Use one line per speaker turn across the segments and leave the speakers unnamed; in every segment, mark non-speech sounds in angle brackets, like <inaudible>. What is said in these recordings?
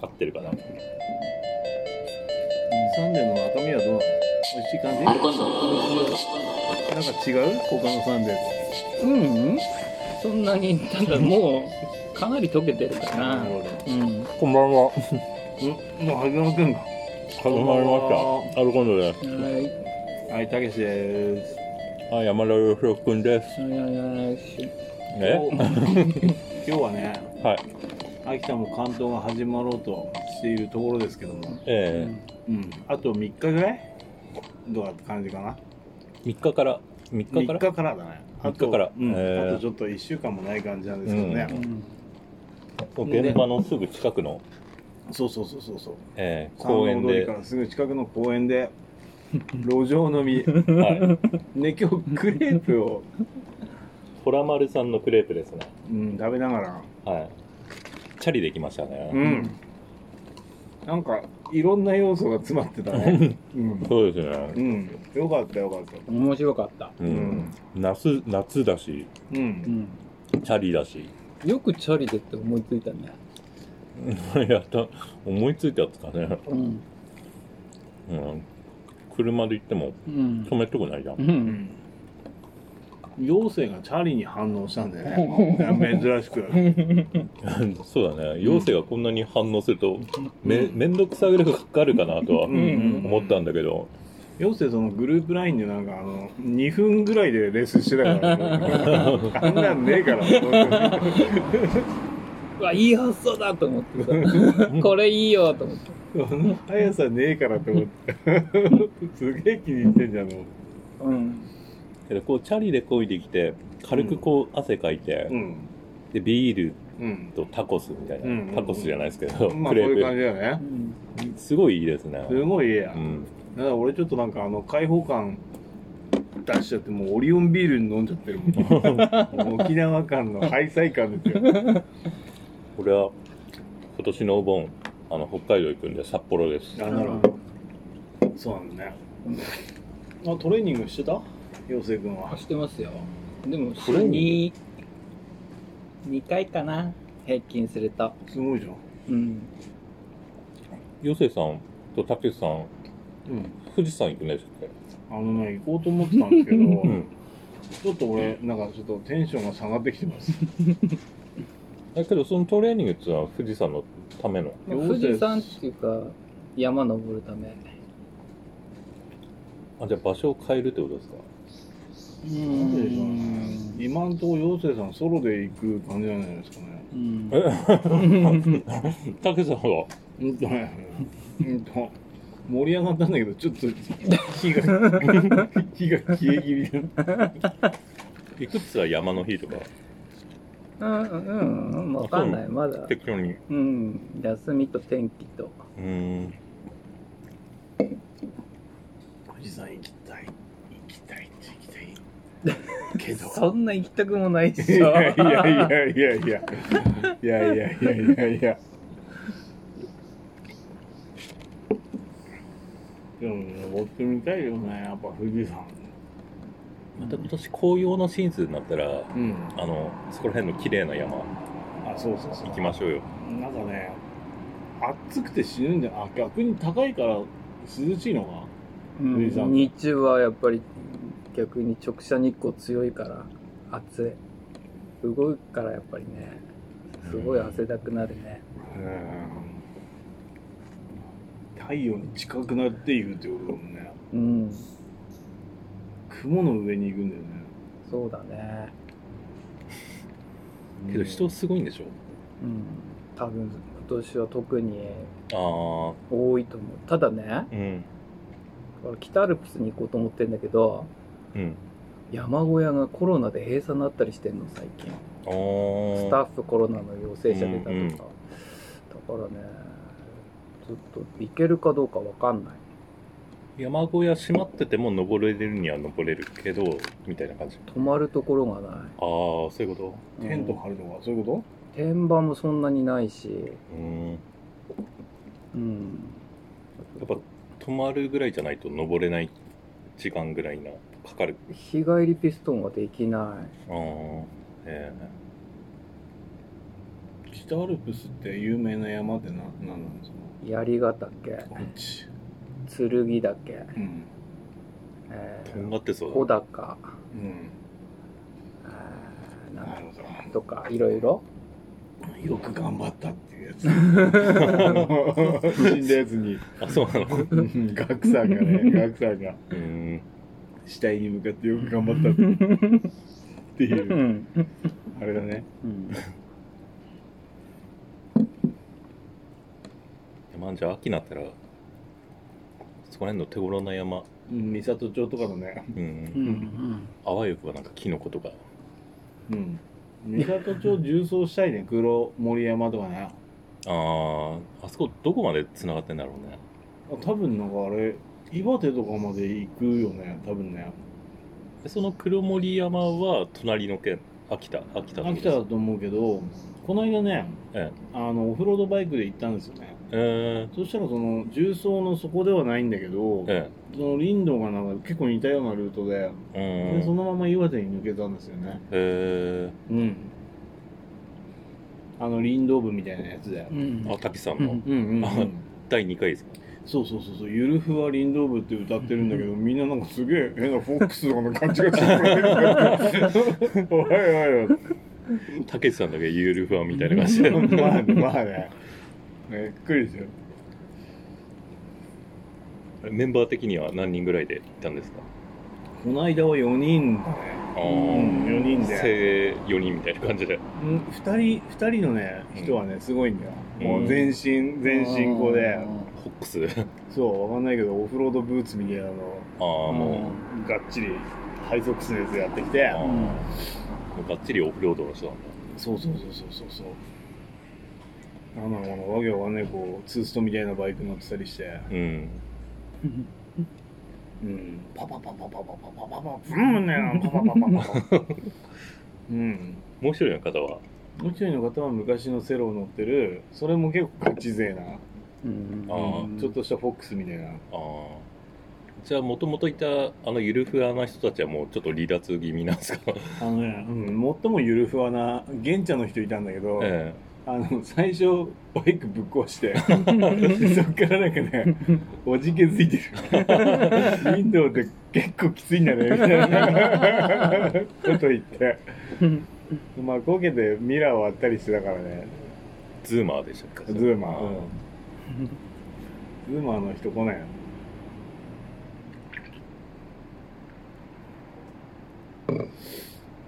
合ってるかな
サンデーの中身はどうなの美味しい感じなんか違う他のサンデー
うんそんなにただもうかなり溶けてるか
と。
な
るほど。
うん
こんばんは
んもう始まってんだ。
始まりましたアルコンドです
はい
はい、たけしです。
あ山田洋夫君です
はいはいはいし
<laughs>
え
お今日はね、
はい
秋田も関東が始まろうとしているところですけども、
え
うん、あと3日ぐらいどうだって感じかな。
え3日から3
3
日
日
から
からだね。あ
三
と
日から
うん
へー
あとちょっと1週間もない感じなんですけどね。
うん
現場のすぐ近くの、
そうそうそうそうそう。
ええ
公
公
園
園
通り
で
か
は
らすぐ近くの公園で路上
<laughs>
飲み
い
ね今日クレープを、
虎丸さんのクレープですね
うん、食べながら
はいチャリできましたね、
うんなんかいろんな要素が詰まってたねうん、
そうですね
うん、よかったよかった
面白かった
う、
うん
夏夏だし
う
うんん
チャリだし <laughs>
よくチャリでって思いついたね
やった思いついたやつかね、
うん
うん、車で行っても
うん
止めとくないじゃん
う
うんん妖精がチャリに反応したんだよね <laughs> 珍しく
そうだね陽性がこんなに反応するとめ,、
うん
めんどくさがるかかるかなとは
うんうん
思ったんだけど、
妖精そのグループラインでなんかあの2分ぐらいでレースしてたから <laughs> ね、あんなんねえから
うわいい発想だと思ってさこれいいよと思って
その速さねえからと思って。 <laughs> すげえ気に入ってんじゃんの。
うん
けどこうチャリで漕いできて軽くこう汗かいて、
うん。
でビール
うん。
とタコスみたいな、
うんうんうん
タコスじゃないですけど、
まあ、
ク
こういう
レ
感
ー
じだよね。
プすごいいいですね
すごい家
う
や。
ん、
だから俺ちょっとなんかあの開放感出しちゃって、もうオリオンビールに飲んじゃってるも <laughs> ん。沖縄感のハイサイ感ですよ。
これは今年のお盆あの北海道行くんで札幌です
あ、なるほど。そうなんだね。あ、トレーニングしてた陽生君は。
してますよでも
ト
週
レーニ
に2回かな平均すると
すごいじゃん。
うん
ヨセさんとたけしさん
うん。
富士山行くんでしたっけ
あのね、行こうと思ってたんですけど、
ん
ちょっと俺、なんかちょっとテンションが下がってきてます。
だけどそのトレーニングっていうのは富士山のための
まあ
どう
富
せ
士山っていうか山登るため
あじゃあ場所を変えるってことですか
う
なんででしょうね今んとこ陽生さんソロで行く感じじゃないですかね。
うん
え <laughs> たけしさんは
うんとね、 <laughs> うんと盛り上がったんだけどちょっと火 <laughs> が火が消え気味で
いくつは山の日とか
うんうんうんわかんないまだ
適当にう
うん休みと天気と
ーん
富士山行きたい行きたい行きたいけど
そんな行きたくもないで
い
しょ
やいやいやいやいやいやいやいやいやいやでも登ってみたいよねやっぱ富士山
また今年紅葉のシーズンになったら
うん
あのそこら辺の綺麗な山
あそうそうそう
行きましょうよ
なんかね、暑くて死ぬんじゃあ逆に高いから涼しいのか
うん
富士山
日中はやっぱり逆に直射日光強いから暑い動くからやっぱりねすごい汗だくなるね
太陽に近くなっていくってことだもんね
うん
雲の上に行くんだよね
そうだね
けど人すごいんでし
うん多分今年は特に
ょ
多いと思うただね
ああうん
俺北アルプスに行こうと思ってんだけど
うん
山小屋がコロナで閉鎖になったりしてんの最近
あー
スタッフコロナの陽性者出たとか、
うんうん
だからねちょっと行けるかどうかわかんない
山小屋閉まってても登れるには登れるけどみたいな感じあ
泊まるところがな
あーそういうこ
い
テント
うん
張るとかそういうこ
天板もそんなにないし
とうんや
うん
っぱ泊まるぐらいじゃないと登れない時間ぐらいなかかる
日帰りピストンはできな
ああえ
とき北アルプスって有名な山ってな何なんですか
槍ヶ岳
こっち
剣岳、
うん
え
とん
ー、
がってそう
小
だ
高、
うん
えーな
なんるほ
とかいろいろ
どよく頑張ったっていうやつ死んだやつ <laughs> に
あそうなの
うんガクさんがねガクさんが
うん
死体に向かってよく頑張 <laughs> ったって
う、
いうんあれだね
うん、
山じゃあ秋になったらそこら辺の手頃な山
うん三郷町とかのね
うん、
うん
あわよくばなんかキノコとか
うん三郷町重走したいね黒森山とかね
あーあそこどこまでつながってんだろうね
あ多分なんかあれ岩手とかまで行くよね多分ね
でその黒森山は隣の県秋田秋田の
秋田だと思うけどこの間ね、
え
あのオフロードバイクで行ったんですよね
え
そしたらその重曹のそこではないんだけど、
ー、え
その林道がなんか結構似たようなルートで,、
えうん
でそのまま岩手に抜けたんですよね
え
うんあの林道部みたいなやつで、
うん
ー、あ滝さんの、
うん
うんうんうん
<laughs> あ第2回ですか
そうそうそうそう「ゆるふわ林道部」って歌ってるんだけどみんななんかすげえ変なフォックスとかの感じがしてくる <laughs> おいおいおい
たけしさんだけゆるふわみたいな感じで
まあねまあねびっくりですよ
<laughs> メンバー的には何人ぐらいで行ったんですか
この間は4人だね
あ
うん4人で
精鋭4人みたいな感じで
うん2人二人のね人はねすごいんだよ、
うん
もう全身全身こうで
ホックスあ
そうわかんないけどオフロードブーツみたいなのを
あ
あ
も
がっちりハイソックスのやつやってきて
あーうもうがっちりオフロードの人なんだ
そうそうそうそうそうそうなんだろうなわけわかんないこうツーストみたいなバイク乗ってたりして
うん
うん
うんパパパパパパパパパパうんねパパパパパパうん
もう一人の方は
もう一人の方は昔のセロを乗ってるそれも結構ガチ勢な、
うん
あ
うん
ちょっとしたフォックスみたいな
ああじゃあもともといたあのゆるふわな人たちはもうちょっと離脱気味なんですか
あのね、うん、最もゆるふわな玄ちゃんの人いたんだけど、
え
あの最初バイクぶっ壊してそっからなんかねおじけづいてるウィンドウって結構きついんだねみたいなこと言ってまあこけてミラー割ったりしてたからね
えズーマーでしたっけ
ズーマー、ズーマーの人来ないの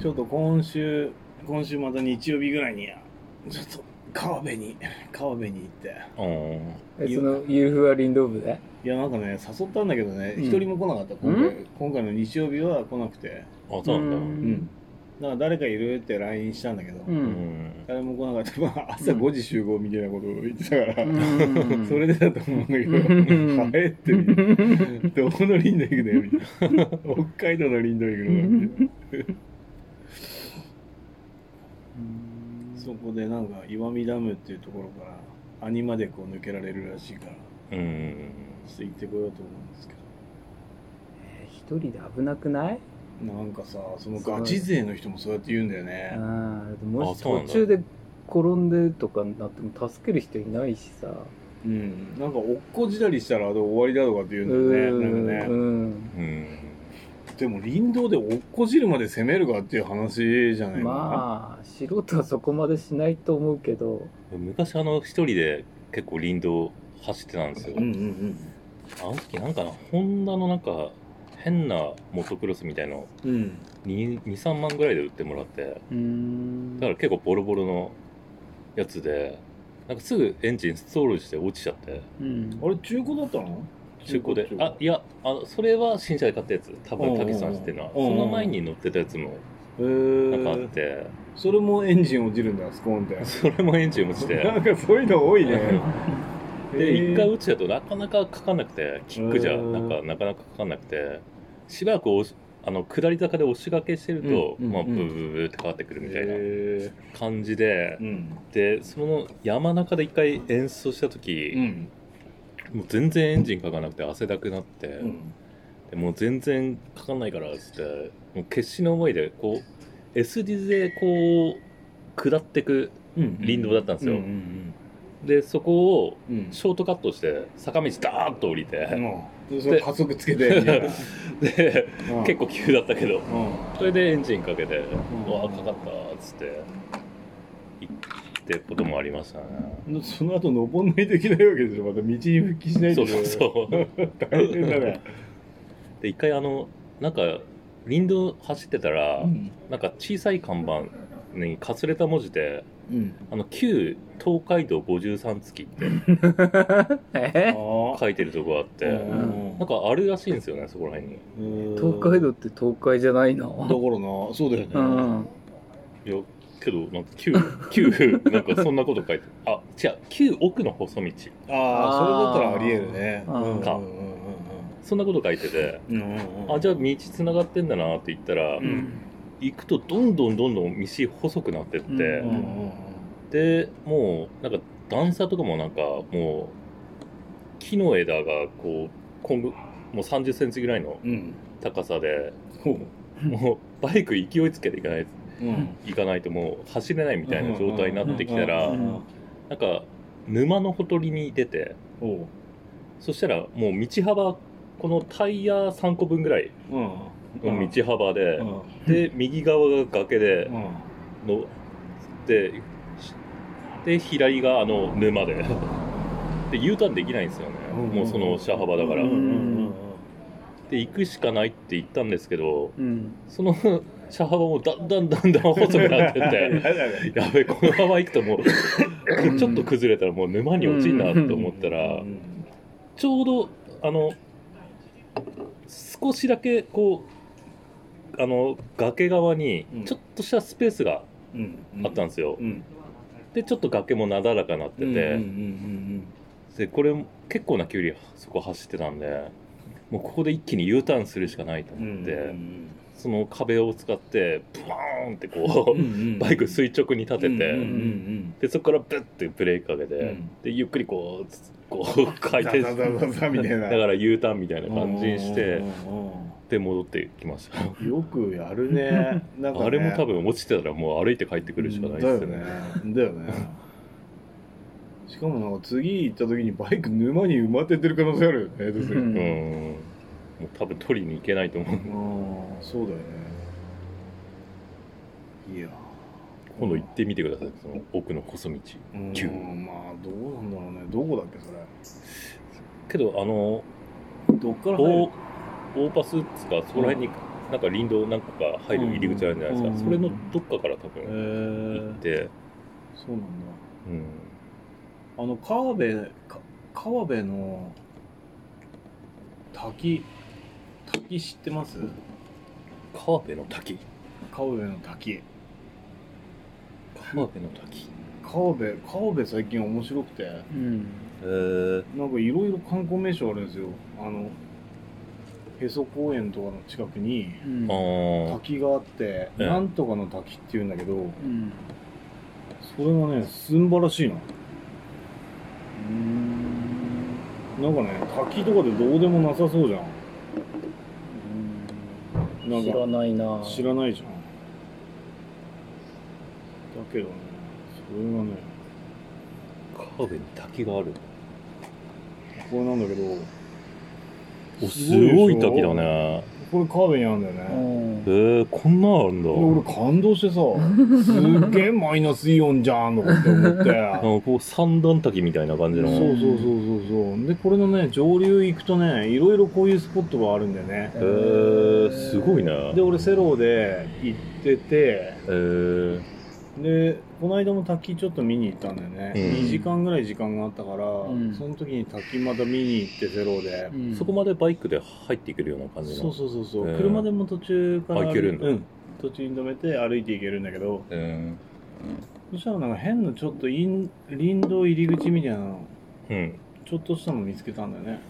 ちょっと今週今週また日曜日ぐらいにちょっと川辺に川辺に行って
うん
<laughs> えそのユーフアリンドーブで
いやなんかね誘ったんだけどね
うん
一、人も来なかった今
う
回今回の日曜日は来なくて
あそうなんだ
うん
だから誰かいるって LINE したんだけど、
う
うんん
誰も来なかった、まあ、朝5時集合みたいなことを言ってたから、
うん
それ
<laughs>
でだと思うんだけど、
うん
帰ってみてどこの林道行くだよみたいな北海道の林道行くのみたいなそこでなんか岩見ダムっていうところからアニまでこう抜けられるらしいからち
うん
ょっと行ってこようと思うんですけど
え一人で危なくない
なんかさそのガチ勢の人もそうやって言うんだよね
ああもし
あそうな
途
んだ
中で転んでとかなっても助ける人いないしさ
うんなんか落っこちたりしたらあと終わりだとかって言うんだよねなんかね
うん
うん
でも林道で落っこちるまで攻めるかっていう話じゃないあ
まあ素人はそこまでしないと思うけど
昔あの一人で結構林道走ってたんですよ、
うんうんうん
あの時なんかなホンダのなんか変なモトクロスみたいの
うん
23万ぐらいで売ってもらって
うん
だから結構ボロボロのやつでなんかすぐエンジンストールして落ちちゃって
うん
あれ中古だったの
中古で
中古
あいやあのそれは新車で買ったやつ多
う
分
んうん
たけしさん知ってるのは
うんう
そ
ん
の前に乗ってたやつも
へ
なんかあっ
ー
て
それもエンジン落ちるんだスコーンって
それもエンジン落ちて
なんかそういうの多いね
で
へー
1回落ちたとなかなかかかんなくてキックじゃ
うん
なんかなかなかかかんなくてしばらくおしあの下り坂で押し掛けしてると、
うんうん
まあ、
う
ブ
ん
ーブーブーってかかってくるみたいな
へ
感じで
ーう、ん
でその山中で1回演奏した時、
うん
もう全然エンジンかかなくて汗だくなって、
うん
でもう全然かかんないからっつってもう決死の思いでこう S 字でこう下ってく林道だったんですよ、
うん
でそこを
うんうん
ショートカットして坂道ダーッと降りて、
うん、それ加速つ
<laughs>
けてみたいな、
で
うん、
結構急だったけど
構、
それでエンジンかけて、
ん
うわあかかったっつって行ってこともありましたね、
うん、その後登んないといけないわけでしょまた道に復帰しない
そ
と
うそうそう
<laughs> 大変だね、
で一回あのなんか林道走ってたら、なんか小さい看板にかすれた文字で
うん、
「あの旧東海道53月」
<laughs>
って
あ
<laughs> え
ー
書いてるとこあって、
うん
なんかあるらしいんですよねそこら辺に
うん
東海道って東海じゃないな。
だからなそうだよね、
うん。
いやけどなんか
<laughs>
旧旧なんかそんなこと書いてあ違う旧奥の細道
ああそ
あー
れだったらありえるね
あー
うんうん
かそんなこと書いてて
うんうんうんうん
あじゃあ道つながってんだなって言ったら、
うん
行くとどんどんどんどん道細くなってって、
う
うんうんうん
でもうなんか段差とかもなんかもう木の枝がこう今後もう3 0ンチぐらいの
うん
高さで
ほう
もうバイク勢いつけていかない
うん
いかないともう走れないみたいな状態になってきたら、
うんうんうんうん
なんか沼のほとりに出て
ほ
そしたらもう道幅このタイヤ3個分ぐらいう
うん
の道幅で、
うん
で右側が崖で
うんうん
のでしで左があの沼でで U ターンできないんですよね、
うんうん
もうその車幅だから、
うんうんうん
で行くしかないって言ったんですけど
うん。
その <laughs> 車幅もだんだんだんだん細くなってって
やだね
やべえこのまま行くともうちょっと崩れたらもう沼に落ちんなと思ったら
うん
ちょうどあの少しだけこうあの崖側に
うん
ちょっとしたスペースが
うんうん
あったんですよ、
うん
でちょっと崖もなだらかになってて、
うんうんうん
でこれ結構な距離そこ走ってたんでもうここで一気に U ターンするしかないと
うん
思って、
うん
その壁を使ってブワーンってこ
うんうん
うバイク垂直に立てて、
うんうん
でそこからブッてブレーキかけて、
うん
でゆっくりこうつこう <laughs> 回転
ザ
し
ザザザザみたいな
だから U ターンみたいな
うん
感じにして
うんうんうん
で戻ってきました
よくやる
<laughs>
ね。なんかね
あれも多分落ちてたらもう歩いて帰ってくるしかないですよね,、
うんだよね。だよね。しかもなんか次行った時にバイク沼に埋まってってる可能性あるよね。どうする
うんだよ
うんもう多分取りに行けないと思う
うんそうだよね。いや。
今度行ってみてくださいその奥の細道
うん
急
まあどうなんだろうね。どこだっけそれ。
けどあの
どっから入
大
る
大パスっつうかそこら辺になんか林道何個か入る入り口あるじゃないですか、
うんうん
それのどっかから多
え
分行っ
ー、
て、
そうなんだ。
うん、
あの川辺か川辺の滝滝知ってます？
川辺の滝
川辺の滝
川辺の滝
川辺川辺最近面白くて
うん。
えー、
なんかいろいろ観光名所あるんですよあのへそ公園とかの近くに
うん
あ。ー
滝があって、
ええ
なんとかの滝っていうんだけど
うん。
それがねすんばらしいな
うん。
なんかね滝とかでどうでもなさそうじゃんなん
知ら
か
ないな。
知らないじゃんだけどねそれがね
川辺に滝がある
これなんだけど
おすごい
でしょ
滝だね
これ川辺にあるんだよね、
うん
え。ー、こんなんあるんだ
で俺感動してさすっげえマイナスイオンじゃんとかって思って
あのこう三段滝みたいな感じ
そう
の
そうそうそうそうでこれのね上流行くとねいろいろこういうスポットがあるんだよね
えー、すごいね
で俺セローで行ってて
えー、
でこの間も滝ちょっと見に行ったんだよね、
うん
2時間ぐらい時間があったから、
ん
その時に滝また見に行ってセローで、
うん
そこまでバイクで入っていけるような感じの
そうそうそうそう、
えー
車でも途中から
あ行けるんだ
うん、途中に止めて歩いて行けるんだけど
え
そしたらなんか変なちょっとイン林道入り口みたいなの
ー、うん
ちょっとしたの見つけたんだよね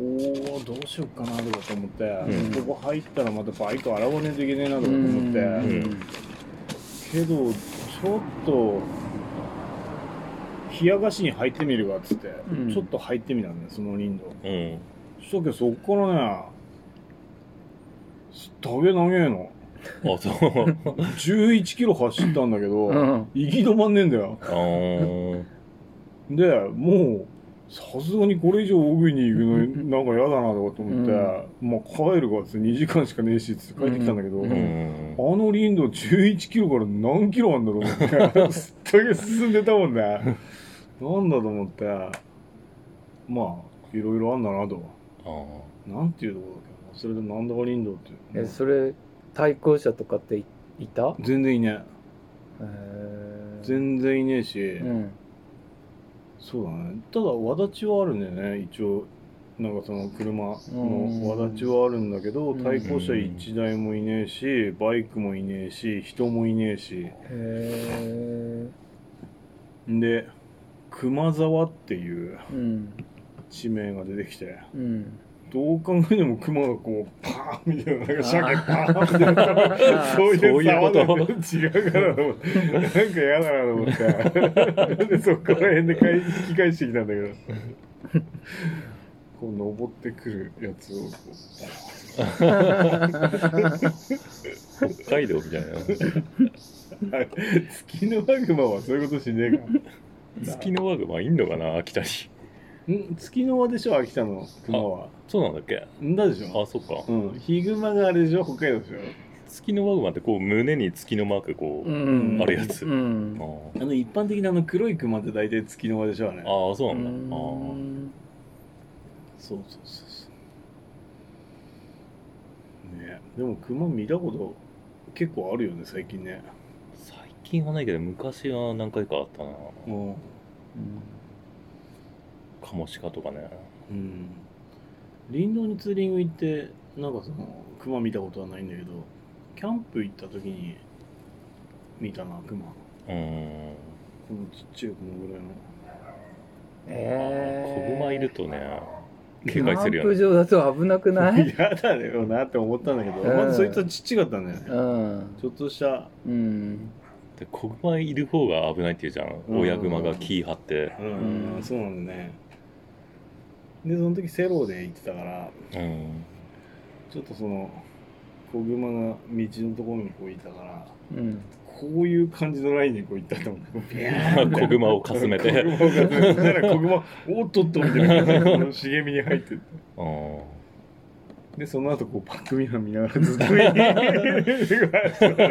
おおどうしよっかなとかと思って、
うん
ここ入ったらまたバイク洗わねえといけねえなとかと
う
思って、
ん
ん
けどちょっと冷やかしに入ってみるわっつって、
うん
ちょっと入ってみたんだよその林道
うん
そしたらそっからねすっげえ長えの
あ、そう。
11キロ走ったんだけど、
うん。
行き止まんねえんだよ
あー
でもうさすがにこれ以上大食いに行くのなんか嫌だなとかと思って、まあ帰るかっつって2時間しかねえしっつって帰ってきたんだけど、
う
うんん。
あの林道11キロから何キロあんだろう
<laughs>
ってすっとげ進んでたもんねなんだと思ってまあいろいろあんだなと
あー
なんていうとこだっけなそれでなんだか林道って
え、それ、対向車とかっていいた
全然いね
へー
え全然いねえし、
うん。
そうだねただわだちはあるんだよね一応なんかその車のわだちはあるんだけど
うん
対向車1台もいねえしバイクもいねえし人もいねえし
へ
で熊沢っていう
ーうん。
地名が出てきて
うん。
どう考えても熊がこうパーンみたいななんか鮭
あー
パーンみたいなそういう沢だ
そういう
ね違うからと思ってなんか嫌だなと思ってでそこら辺で返引き返してきたんだけどこう登ってくるやつをこ
北海道みたいな。
うあ月のマグマはそういうことしねえか
月のワグマいんのかな秋田に。
ん月の輪でしょ秋田の熊は
そうなんだっけ
んだでしょ
あ、そっか。
うんヒグマがあれでしょ北海道でしょ
月のワグマってこう胸に月のマークこう、
うん。
あるやつ。
う
あ
ん。
あの一般的なあの黒い熊って大体月の輪でしょあれ
あー、そうな
うん
だ。あー
ん
そうそうそうそうねでも熊見たこと結構あるよね最近ね
最近はないけど、昔は何回かあったな。
うん、
カモシカとかね。
うん、林道にツーリング行ってなんかその熊見たことはないんだけどキャンプ行った時に見たな熊こ
うーん。
のちっちゃいこのぐらいの
あー
え
子
ー
熊いるとね、
キ
警戒する
ャン
よ
プ
ね。
場だと危なくない
<laughs> 嫌だよなって思ったんだけど、
うん
まずそいつはちっちかったんだよね
うん。
ちょっとした、
うん。
で、子熊いる方が危ないっていうじゃん。
うん
親熊が木張って。
うん
うん
そうなんだねでその時セローで行ってたから
うん。
ちょっとその子グマが道のところにこういたから
うん。
こういう感じのラインにこういったと思う。ビャーンって
子熊をかすめて
子熊をかすめて。そしたら子熊、おっとっとみたいな感じでこの茂みに入ってって。
あ
<laughs>
ー
で、その後こうパックミラー見ながらずっと。この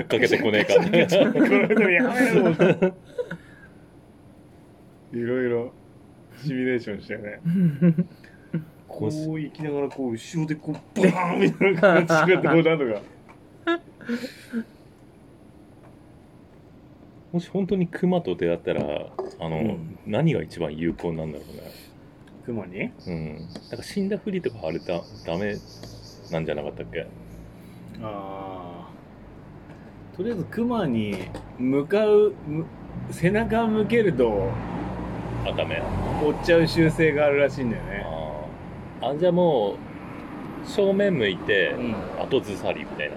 追っかけてこねえか。
間やめろと思っていろいろシミュレーションしたよね。こう行きながらこう後ろでこうバーンみたいな感じでこうなんとか。
もし本当に熊と出会ったら、あの、
うん
何が一番有効なんだろうね。
熊に
うん。なんか死んだふりとかあれだ、ダメなんじゃなかったっけ
あーとりあえず熊に向かうむ背中を向けると
あ、ダメ。
追っちゃう習性があるらしいんだよね、
あーあ、じゃあもう、正面向いて、
うん、
後ずさりみたいな。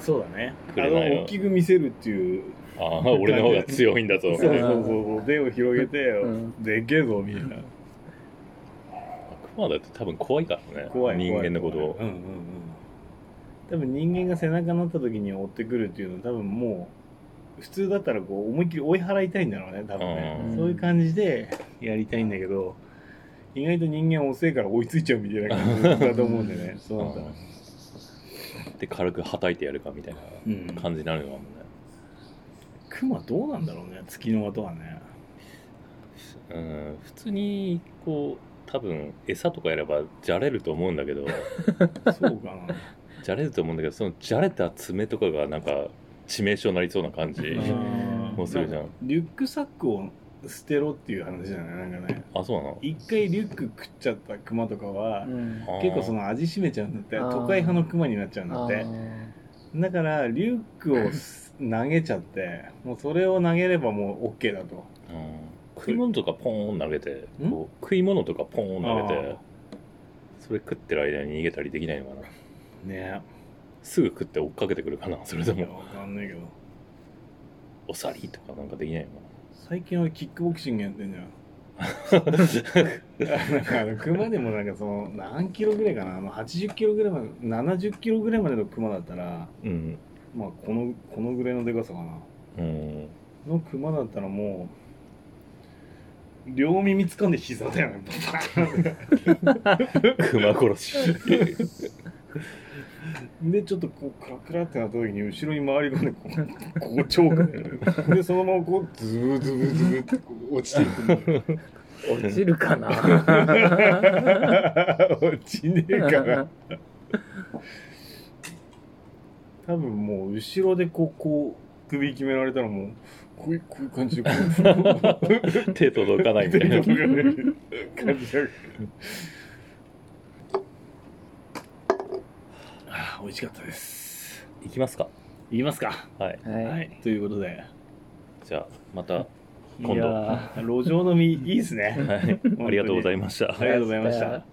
そうだねあ
車
の
よ
大きく見せるっていう
ああ、俺の方が強いんだぞ。
<laughs> そうそうそうそう手を広げて、
ん
でっけえぞみたいな
熊だって多分怖いからね。
怖い
人間のこと
怖い
を
怖。いうんうんうん多分人間が背中になった時に追ってくるっていうのは多分もう普通だったらこう思いっきり追い払いたいんだろうね多分ね
うん
そういう感じでやりたいんだけど意外と人間遅いから追いついちゃうみたいな感じだと思うんでねそうだったら
うんで、軽くはたいてやるかみたい
うん
な感じになるのかもね。
クマどうなんだろうね月の輪とは
<laughs>
ね
うん、普通に、こう、多分餌とかやればじゃれると思うんだけ
<laughs>
ど、
そうかな
じゃれると思うんだけど、そのじゃれた爪とかがなんか致命傷になりそうな感じ。
うん
もうすぐじゃん
なんかリュックサックを捨てろっていう話じゃないなんかね
あ、そうなの
一回リュック食っちゃったクマとかは、
うん。
あー
結構その味しめちゃうんだって
あー
都会派のクマになっちゃうんだってだからリュックをす投げちゃってもうそれを投げればもう OK だと
うん食い物とかポーン投げて
ん
こう食い物とかポーン投げ
あ
て
あ
それ食ってる間に逃げたりできないのかな
ね
すぐ食って追っかけてくるかな <laughs> それと
いや
も
わかんないけど
おさりとかなんかできないのか <laughs>
最近はキックボクシングやってんじゃんなんかあの熊でもなんかその何キロぐらいかなあの80キロぐらいまで70キロぐらいまでの熊だったら
うん。
まあこのこのぐらいのでかさかな
うん。
の熊だったらもう両耳掴んで膝だよねバーンって
熊殺し。 <laughs>
でちょっとこうクラクラってなった時に後ろに回り込んでこうこうチョークででそのままこうズブズブズブってこう落ちていくんだよ
落ちるかな
落ちねえから多分もう後ろでこうこう首決められたらもうこういうこういう感じでこう
手届かないみたい <laughs> な
手。届かない感じだあー美味しかったです
いきますか。
言いますか
はい。
はい、
はいということで
じゃあ、ま <laughs> た。はい今度
やー路上飲みいいです
<laughs>
ね
い。ありがとうございました。
ありがとうございました